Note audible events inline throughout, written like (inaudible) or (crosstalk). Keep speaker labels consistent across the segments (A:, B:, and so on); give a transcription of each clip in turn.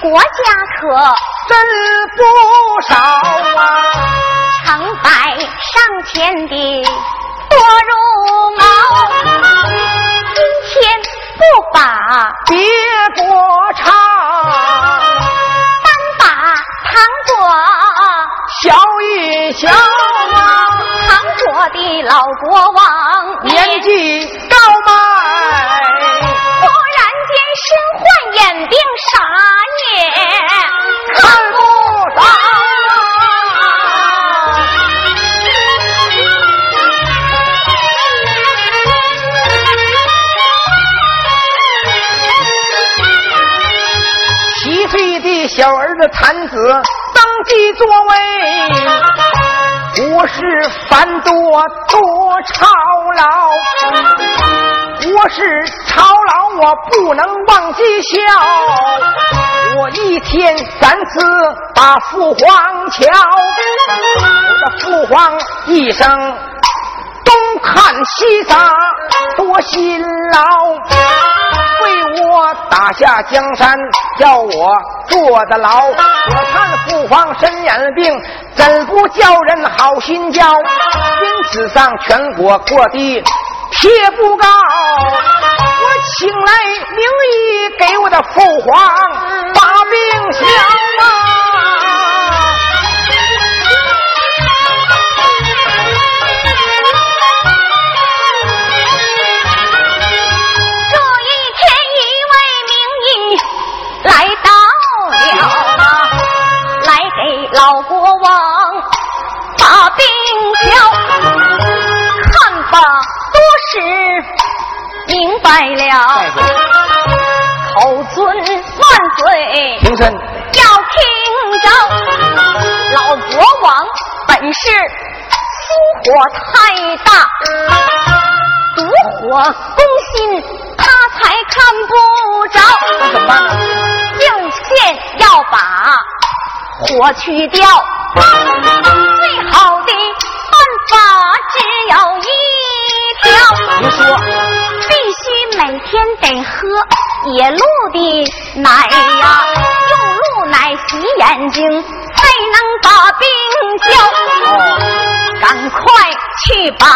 A: 国家可
B: 真不少啊，
A: 成百上千的多如毛。今天不把
B: 别国唱，
A: 单把糖果，
B: 瞧一瞧啊，
A: 糖果的老国王
B: 年纪高迈，
A: 忽然间身患眼病，啥也
B: 看
A: 看不
B: 不
A: 着
B: 着
A: 啊。
B: 啊。七岁的小儿子谭子登基作位，国事繁多多操劳，国事操劳我不能忘记孝，我一天三次把父皇瞧，我的父皇一生东看西撒多辛劳。为我打下江山，要我坐得牢。我看父皇身眼病，怎不叫人好心焦？因此上全国各地贴布告，我请来名医给我的父皇把病消啊！
A: 这一天，一位名医来到了啊，来给老国王把病瞧。看罢多时，明白了，口尊万岁。
B: 平身，
A: 要听着，老国王本是心火太大，毒火攻心，他才看不着。
B: 那怎么办呢？
A: 应现要把火去掉，最好的办法只有一条。
B: 您说
A: 必须每天得喝野鹿的奶呀、用鹿奶洗眼睛，才能把病消。赶快去把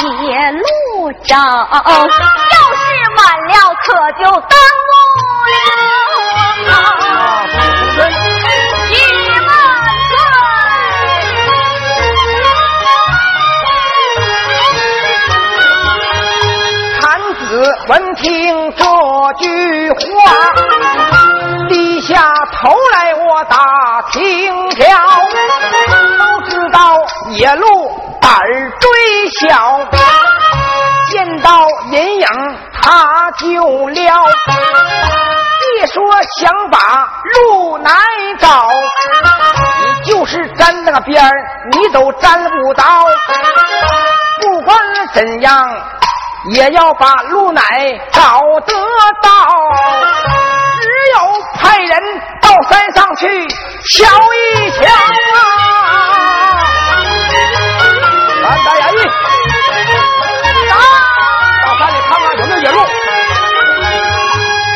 A: 野鹿找，要是晚了可就耽误了。
B: 平身。
A: 十万岁。
B: 谭子闻听这句
A: 啊
B: 话，低下头来我打听条，都知道野鹿胆儿最小，见到人影他就撩，别说想把鹿来找，你就是沾那个边儿，你都沾不到，不管怎样。也要把鹿奶找得到。只有派人到山上去瞧一瞧啊！咱大衙役到山里看看有没有野鹿。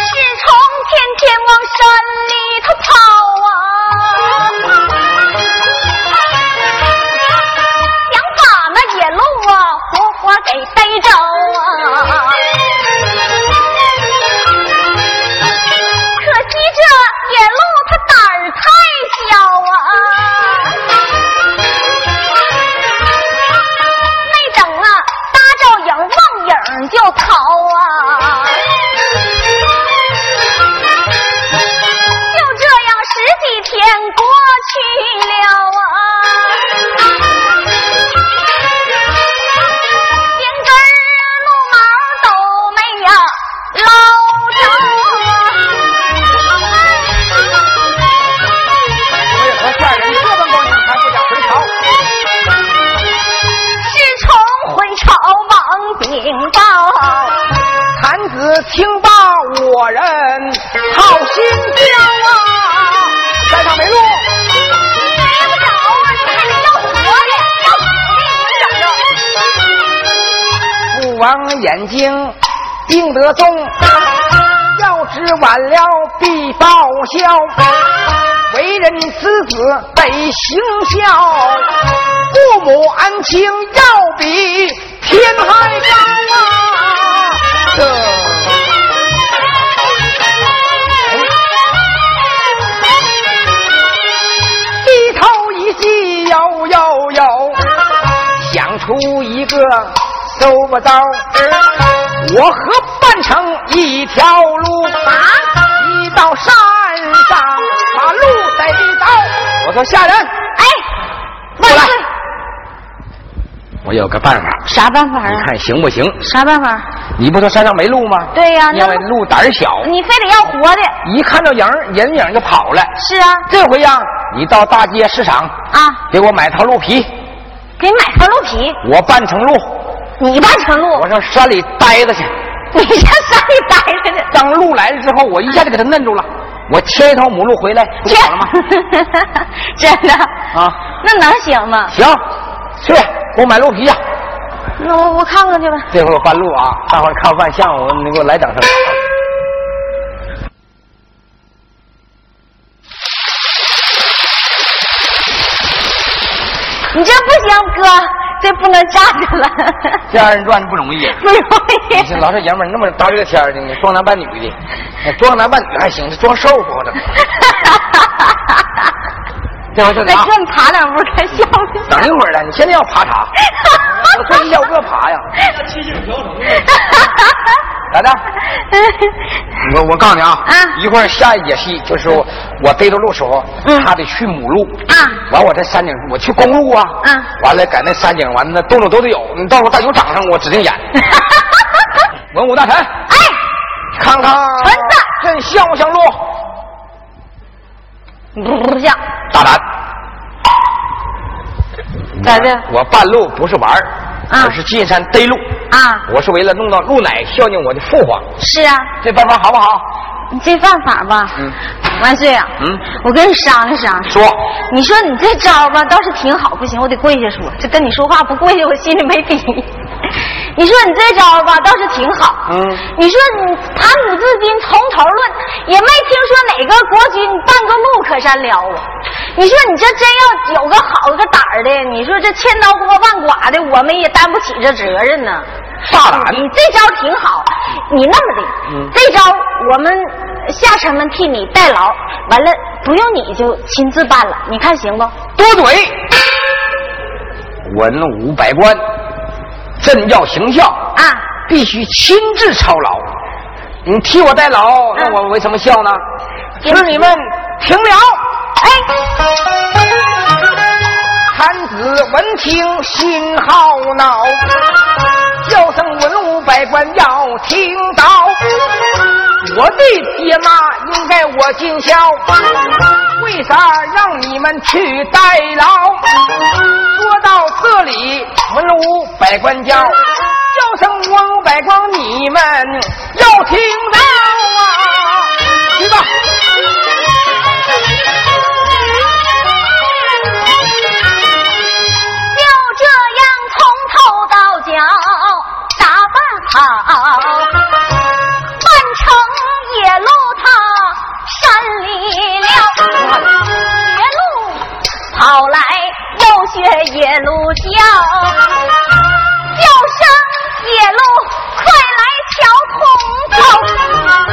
A: 是从天天往山里头跑啊，想把那野鹿啊活活给逮着啊！可惜这野鹿它胆儿太小啊，没等啊搭着影儿望影儿就逃啊！就这样十几天过去了啊，连根儿啊鹿毛都没有捞着。
B: 为何下人这般高兴还不
A: 啊哎
B: 想回朝？
A: 是重回朝王禀报，
B: 谭子听罢我人好心焦啊！山上没鹿，
A: 没有找啊，你还得要活的，要死的也得找着。
B: 父王眼睛病得重，要知晚了必报销。为人子子得行孝，父母恩情要比天还高啊！这低头一记有有有，想出一个搜不着，我和半成一条路啊，一到山上把路逮到。我说下人，
A: 哎，
B: 过来
A: 万岁，
C: 我有个办法，
A: 啥办法
C: 你
A: 啊？
C: 看行不行？
A: 啥办法？
C: 你不说山上没路吗？
A: 对呀
C: 因
A: 啊那
C: 为路胆儿小，
A: 你非得要活的？
C: 一看到影儿人影儿就跑了。
A: 是啊，
C: 这回呀，你到大街市场
A: 啊，
C: 给我买套鹿皮，
A: 给你买条鹿皮，
C: 我扮成鹿，
A: 你扮成鹿，
C: 我上山里待着去。
A: 你上山里待着呢。
C: 当鹿来了之后，我一下就给它摁住了。我牵一头母鹿回来，不就好了吗？
A: (laughs) 真的
C: 啊，
A: 那能行吗？
C: 行，去给我买鹿皮去。
A: 那我我看看去吧。
C: 这回我扮鹿啊，大伙儿看扮相，我你给我来掌声。
A: 你这不行，哥，这不能站着了，
C: 这二人转不容易。
A: 不容
C: 你
A: 易
C: 这。老少爷们儿那么大热天儿的，你装男扮女的，哎装男扮女还行，这装瘦不
A: (laughs)
C: 好整。这回这
A: 再
C: 啊，
A: 给我们爬两步，看笑不笑？
C: 等一会儿了，你现在要爬啥？我说你要
A: (laughs)
C: 不要爬呀？咋的？我我告诉你啊，
A: 啊
C: 一会儿下一节戏就是我我逮着路时候，
A: 嗯
C: 他得去母路
A: 啊
C: 完我在山顶我去公路啊，
A: 嗯
C: 完了在那山顶完了动作都得有，你到时候大有掌声，我指定演。
A: 嗯
C: 文武大臣，哎，看看
A: 臣子
C: 朕像不像鹿？
A: 不不像，
C: 大胆，
A: 咋的
C: 我半路不是玩儿，
A: 啊
C: 我是进山逮鹿
A: 啊
C: 我是为了弄到鹿奶孝敬我的父皇，
A: 是啊，
C: 这办法好不好？
A: 你这犯法吧？
C: 嗯
A: 万岁啊！
C: 嗯
A: 我跟你商量商量。
C: 说，
A: 你说你这招吧，倒是挺好，不行，我得跪下说。这跟你说话不跪下，我心里没底。 (laughs) 你说你这招吧，倒是挺好。
C: 嗯
A: 你说你谈古至今从头论，也没听说哪个国君半个路可山撩啊。你说你这真要有个好个胆儿的，你说这千刀锅万剐的，我们也担不起这责任呢。
C: 大胆
A: 你这招挺好，你那么的，
C: 嗯
A: 这招我们下臣们替你代劳，完了不用你就亲自办了，你看行不？啊
C: 多嘴，文武百官，朕要行孝，
A: 啊，
C: 必须亲自操劳。你替我代劳，那
A: 嗯
C: 我为什么孝呢？
A: 给
C: 啊是你们停了。
A: 哎，
B: 看子闻听心好恼，叫声文武百官要听到。我的爹妈应该我尽孝，为啥让你们去代劳？说到这里，文武百官叫，叫声文武百官你们要听到啊！去吧。
A: 就这样从头到脚打扮好，扮成野鹿他山里了，野鹿跑来又学野鹿叫，叫声野鹿快来瞧通透，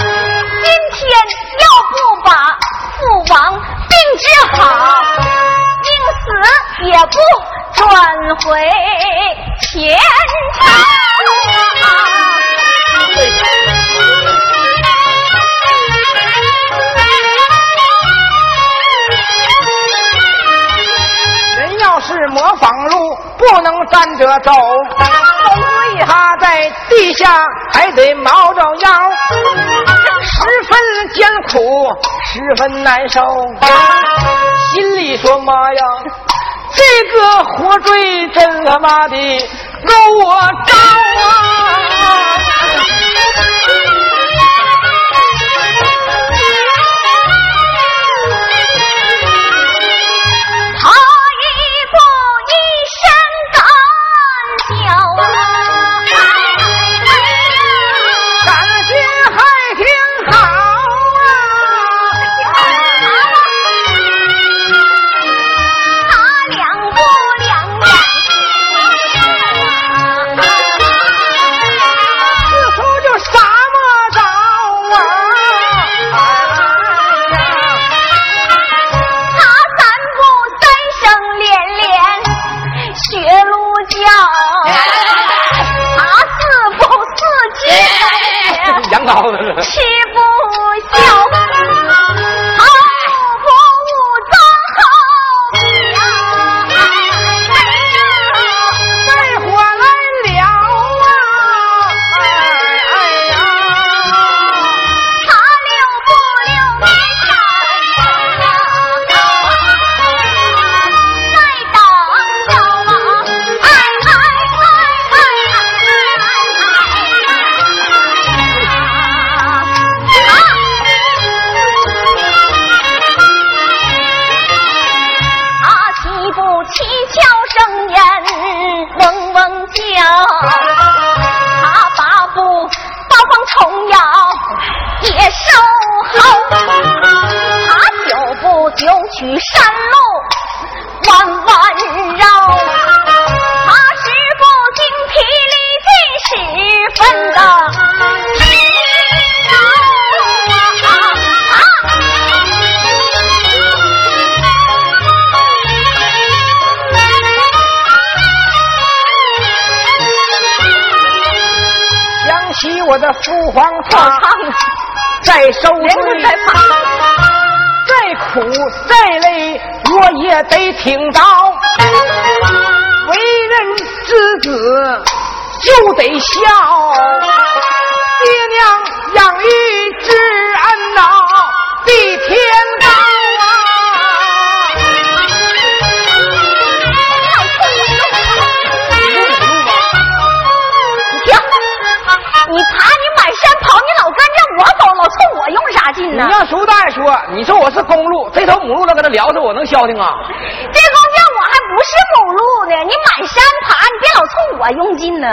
A: 今天要不把父王病治好。宁死也不转回前朝。
B: 人要是模仿路，不能站着走，他在地下还得猫着腰，十分艰苦，十分难受。心里说妈呀，这个活罪真他妈的够我招啊！
A: 跑一步一身干脚啊！
B: 感觉还挺好。
D: 哎曲山路弯弯绕，他是不精疲力尽，十分的疲劳啊！
B: (laughs) 想起我的父皇
D: 好
A: (laughs)
B: 发，
D: 唱啊，
B: 再受罪
D: 人在怕，
B: 再苦再累，我也得挺到。为人之子就得孝，爹娘养育之恩呐、比天高啊！
D: 啊你停！你爬你满山跑，你老跟着我走，老冲我用啥劲
A: 你
D: 呢？
A: 让叔大爷说，你说我是公路，这头母鹿它搁那聊着，我能消停啊？
D: 这公交我还不是母鹿呢，你满山爬，你别老冲我用劲呢。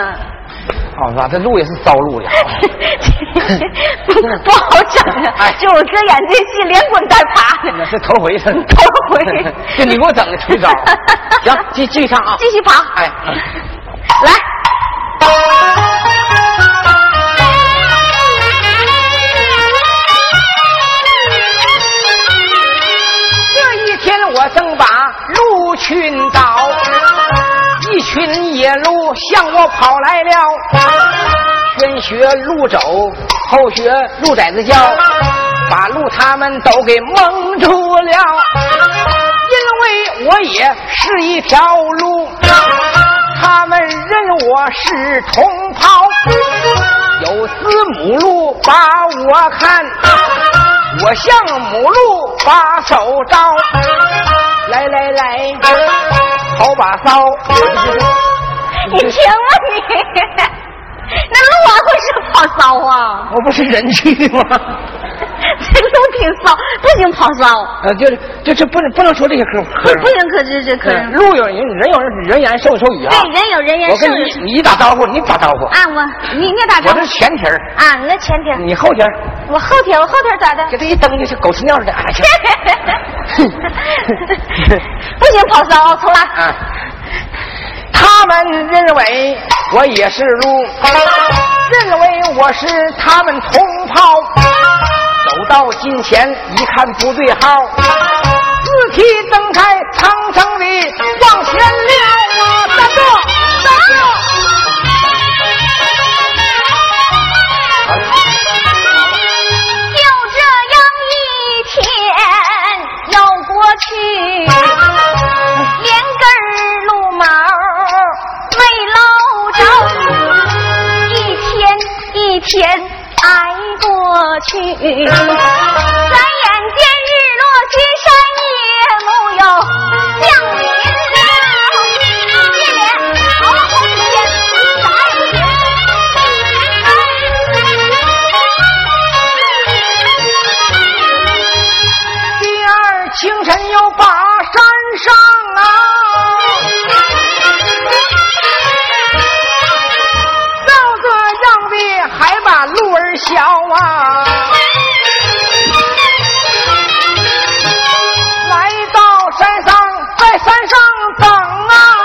A: 好吧，这路也哦是糟路呀。
D: 不好整啊！就我哥演这戏，连滚带爬
A: 那
D: 的，
A: 是头回是
D: 头回
A: (laughs) 就你给我整的
D: (laughs)
A: 出招。行，继继续唱啊。
D: 继续爬。
A: 哎，
D: 来。
B: 这一天我正把鹿群找，一群野鹿向我跑来了，先学鹿走，后学鹿崽子叫，把鹿他们都给蒙住了，因为我也是一条鹿，他们认我是同胞，有只母鹿把我看。我向母鹿把手招，来来来，好把骚，
D: (laughs) 你停吧你，那鹿还会是跑骚啊？
A: 我不是人去吗？ (laughs)
D: 这鹿挺骚，不行跑骚，
A: 呃，就是就是不能不能说这些歌
D: 不
A: 歌。
D: 不行可这这可
A: 嗯路有人人有人人言兽有兽语啊。
D: 对人有人言
A: 我
D: 兽
A: 跟
D: 有
A: 你你打招呼，你打招呼，
D: 啊我你你也打招
A: 我
D: 呼
A: 这是前蹄儿，
D: 啊？你那前蹄儿，
B: 嗯
A: 你后蹄儿，
D: 我后蹄儿，我后蹄儿咋的？
B: (laughs)
A: 给这一蹬就是狗吃尿似的。哎呀
D: 不行跑骚，重来。
A: 啊，
B: 他们认为我也是鹿，认为我是他们同胞。走到近前一看不对号，四蹄蹬开长城的往前撩啊，站住站住！
D: 就这样一天又过去，连根儿鹿毛没捞着，一天一天挨过去，转眼间日落西山，夜幕又降临了，一连熬了好几天，啥也不行。
B: 第二清晨又把山上啊，照这样的还把路儿小啊，来到山上，在山上等啊，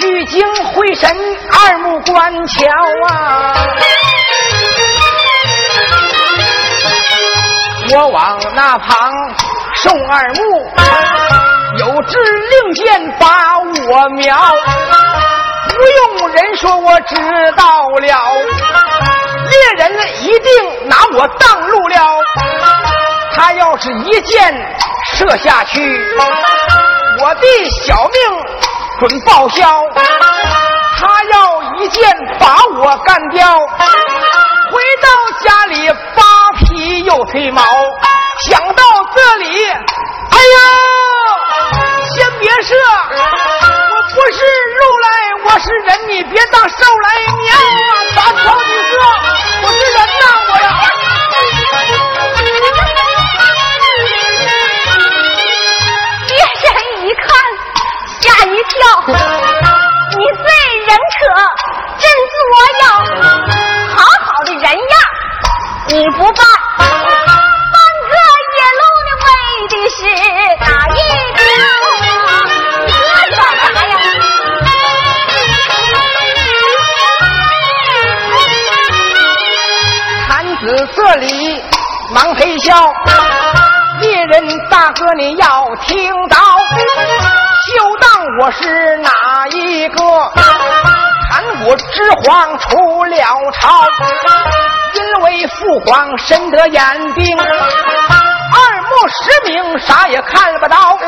B: 聚精会神，二目观瞧啊，我往那旁送二目。有支令箭把我瞄，不用人说我知道了，猎人一定拿我当路了。他要是一箭射下去，我的小命准报销；他要一箭把我干掉，回到家里扒皮又褪毛。想到这里，哎呀，先别射，我不是肉来，我是人，你别当兽来瞄啊！咱瞅你这，我是人呐，我呀。
D: 别人一看吓一跳，你对人可真自我有，好好的人样你不办，此这里忙陪笑。猎人大哥，你要听到，就当我是哪一个？韩国之皇出了朝，因为父皇身得眼病，二目失明，啥也看不到。大夫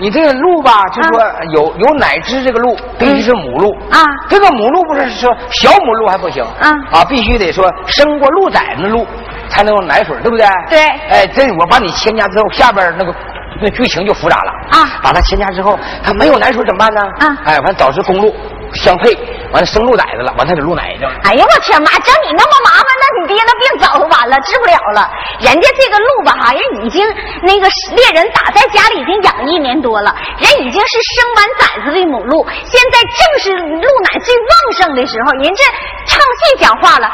B: 你这个鹿吧，就说有有奶汁这个鹿，必须是母鹿
A: 啊
B: 这个母鹿不是说小母鹿还不行
A: 啊
B: 啊，必须得说生过鹿崽子的鹿才能有奶水，对不对？
A: 对
B: 哎，这我把你牵家之后，下边那个那剧情就复杂了
A: 啊
B: 把它牵家之后，它没有奶水怎么办呢？
A: 啊
B: 哎，完早知公鹿相配，完了生鹿崽子了，完它得鹿奶去。
A: 哎呀，我天妈！整你那么麻烦，那你爹那病早就完了，治不了了。人家这个鹿吧，哈，人已经那个猎人打在家里已经养一年多了，人已经是生完崽子的母鹿，现在正是鹿奶最旺盛的时候。人这唱戏讲话了，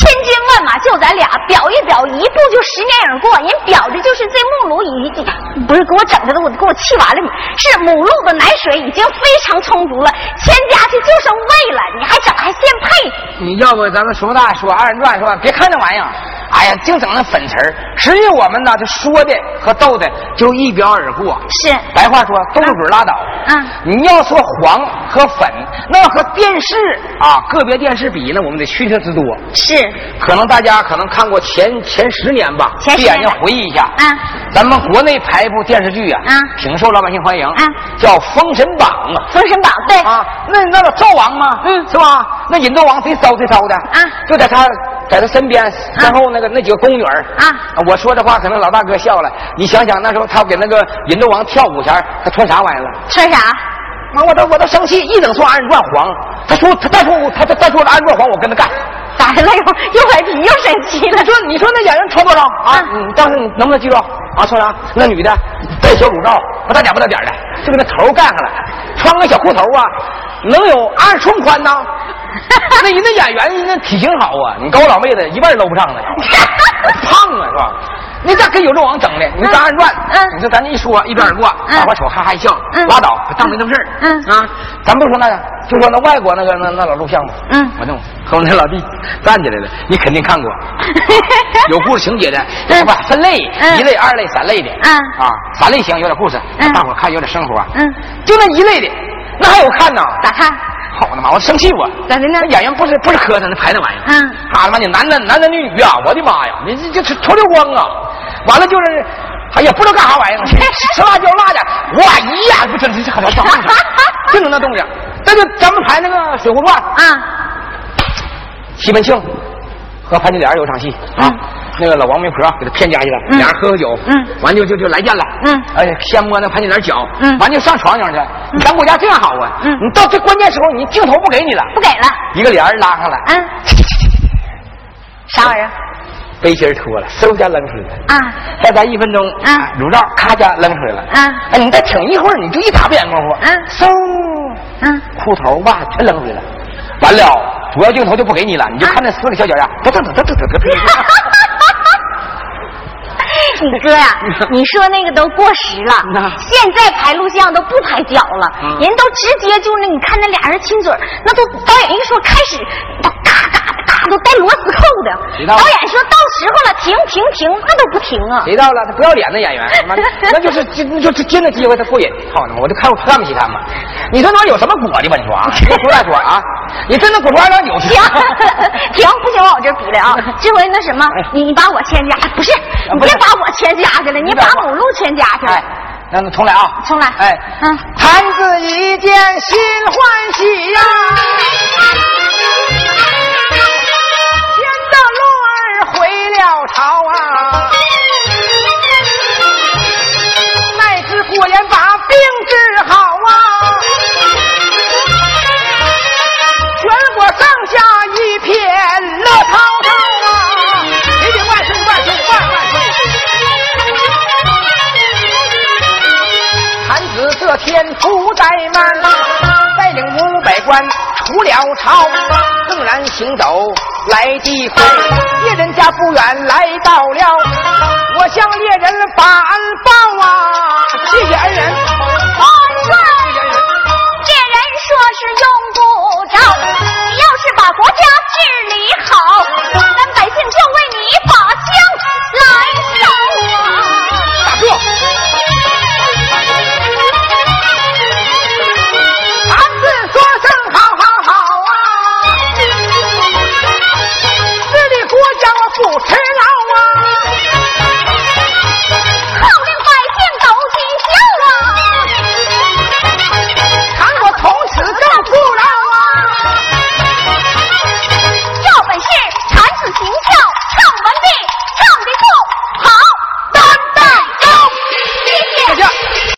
A: 千军万马就咱俩，表一表，一步就十年影过。人表的就是这目鹿已经不是给我整的，我给我气完了你。是母鹿的奶水已经非常充足了，牵家去就剩喂了，你还整还现配。
B: 你要不咱们说大说二人转是吧？别看那玩意儿，哎呀，净整那粉词儿。实际我们呢，就说的和逗的就一表而过。
A: 是
B: 白话说，动嘴拉倒。
A: 嗯
B: 你要说黄和粉，那和电视啊个别电视比，那我们得逊色之多。
A: 是，
B: 可能大家可能看过前前十年吧，
A: 前
B: 闭
A: 十年
B: 眼睛回忆一下。
A: 嗯
B: 咱们国内拍一部电视剧啊，
A: 嗯
B: 挺受老百姓欢迎。
A: 嗯
B: 叫《封神榜》啊。
A: 封神榜对，
B: 啊，那那个纣王嘛，
A: 嗯
B: 是吧？那引纣王贼骚贼骚的啊就在他在他身边，然后那个那几个宫女儿
A: 啊
B: 我说这话可能老大哥笑了。你想想那时候他给那个引纣王跳舞前儿，他穿啥玩意儿了？
A: 穿啥？
B: 妈，啊我都我都生气，一整说二人转黄，他说他再说我他他再说我二人转黄，我跟他干。
A: 咋的了？又又怀皮又生气了
B: 你？说你说那演员穿多少啊？
A: 啊
B: 你当时你能不能记住啊？穿啥？那女的戴小乳罩，不大点不大点的，就跟那头干上了，穿个小裤头啊，能有二寸
A: (laughs)
B: 宽呐。那人家演员那体型好啊，你搞我老妹子一半搂不上呢，
A: (laughs)
B: 胖啊是吧？你咋跟有纣王整的？你咋二人转？
A: 嗯
B: 你说咱这一说一边而过，
A: 嗯
B: 打把手哈哈一笑，
A: 嗯
B: 拉倒，当没那么事儿。
A: 嗯
B: 啊，咱不说那个，就说那外国那个那那老录像吧。
A: 嗯
B: 我那我和我那老弟站起来了，你肯定
A: (laughs)
B: 看过。有故事情节的，
A: 嗯
B: 吧？分类，
A: 嗯
B: 一类、二类、三类的。
A: 嗯
B: 啊，三类行，有点故事，
A: 嗯
B: 大伙儿看有点生活。啊
A: 嗯，
B: 就那一类的，那还有看呢。
A: 咋看？
B: 好的妈，我生气我。
A: 咋的呢
B: 那演员不是不是磕碜，那拍那玩意儿。
A: 嗯
B: 他他妈你男的男男女女啊，我的妈呀，你这这头流光啊！完了就是，哎呀，不知道干
A: (laughs)
B: 啥玩意儿，吃辣椒辣的，哇咦呀，不真是好像长动静，就整那动静。但是咱们排那个水浒传，
A: 啊，
B: 西门庆和潘金莲有场戏啊，
A: 嗯
B: 那个老王媒婆给他骗家去了，
A: 嗯
B: 俩人喝喝酒，
A: 嗯
B: 完就就就来劲了，
A: 嗯
B: 哎，先摸那潘金莲脚，
A: 嗯
B: 完就上床上去，咱国家这样好啊，
A: 嗯
B: 你到最关键时候你镜头不给你了，
A: 不给了。
B: 一个帘儿拉上来，
A: 嗯，啥玩意儿？
B: 背心儿脱了，嗖一下扔出来了。
A: 啊，
B: 再待一分钟，
A: 嗯
B: 乳罩咔嚓扔出来了，
A: 嗯
B: 哎，你再挺一会儿，你就一眨不眼功夫，
A: 嗯
B: 嗖，
A: 嗯， (laughs)
B: 裤头袜子全扔出来了，完了，主要镜头就不给你了，你就看那四个小脚丫，噔噔噔噔噔噔噔。
A: 你哥呀、你说那个都过时了
B: 那，
A: 现在排录像都不排脚了，
B: 嗯
A: 人都直接就那，你看那俩人亲嘴儿，那都导演一说开始，都嘎嘎嘎都带螺丝扣的，
B: 知道
A: 导演说到时候了，停停停，那都不停啊。
B: 谁到了？他不要脸的演员，妈的那就是那就就见着机会他过瘾。操你妈！我就看我看不起他们。你说那有什么果的吧？你说啊，你说再说啊，你真的果出二两酒去
A: 停。停，不行，往我这儿比来啊！这回那什么，你你把我牵家，哎不是，你别把我牵家去了，你把母鹿牵家去
B: 哎
A: 了。，
B: 那那重来啊！
A: 重来
B: 哎，
A: 嗯
D: 坛子一见心欢喜呀、天的鹿儿回了朝啊，奈知过年把病治好啊，全国上下一片乐滔滔啊！一定万岁万岁万万岁！韩子这天不怠慢呐，带领五百官出了朝，纵然行走来地快，猎人家不远来到了，我向猎人把恩报啊，谢谢恩人。
A: 皇上，这人说是用不着，你要是把国家治啊啊啊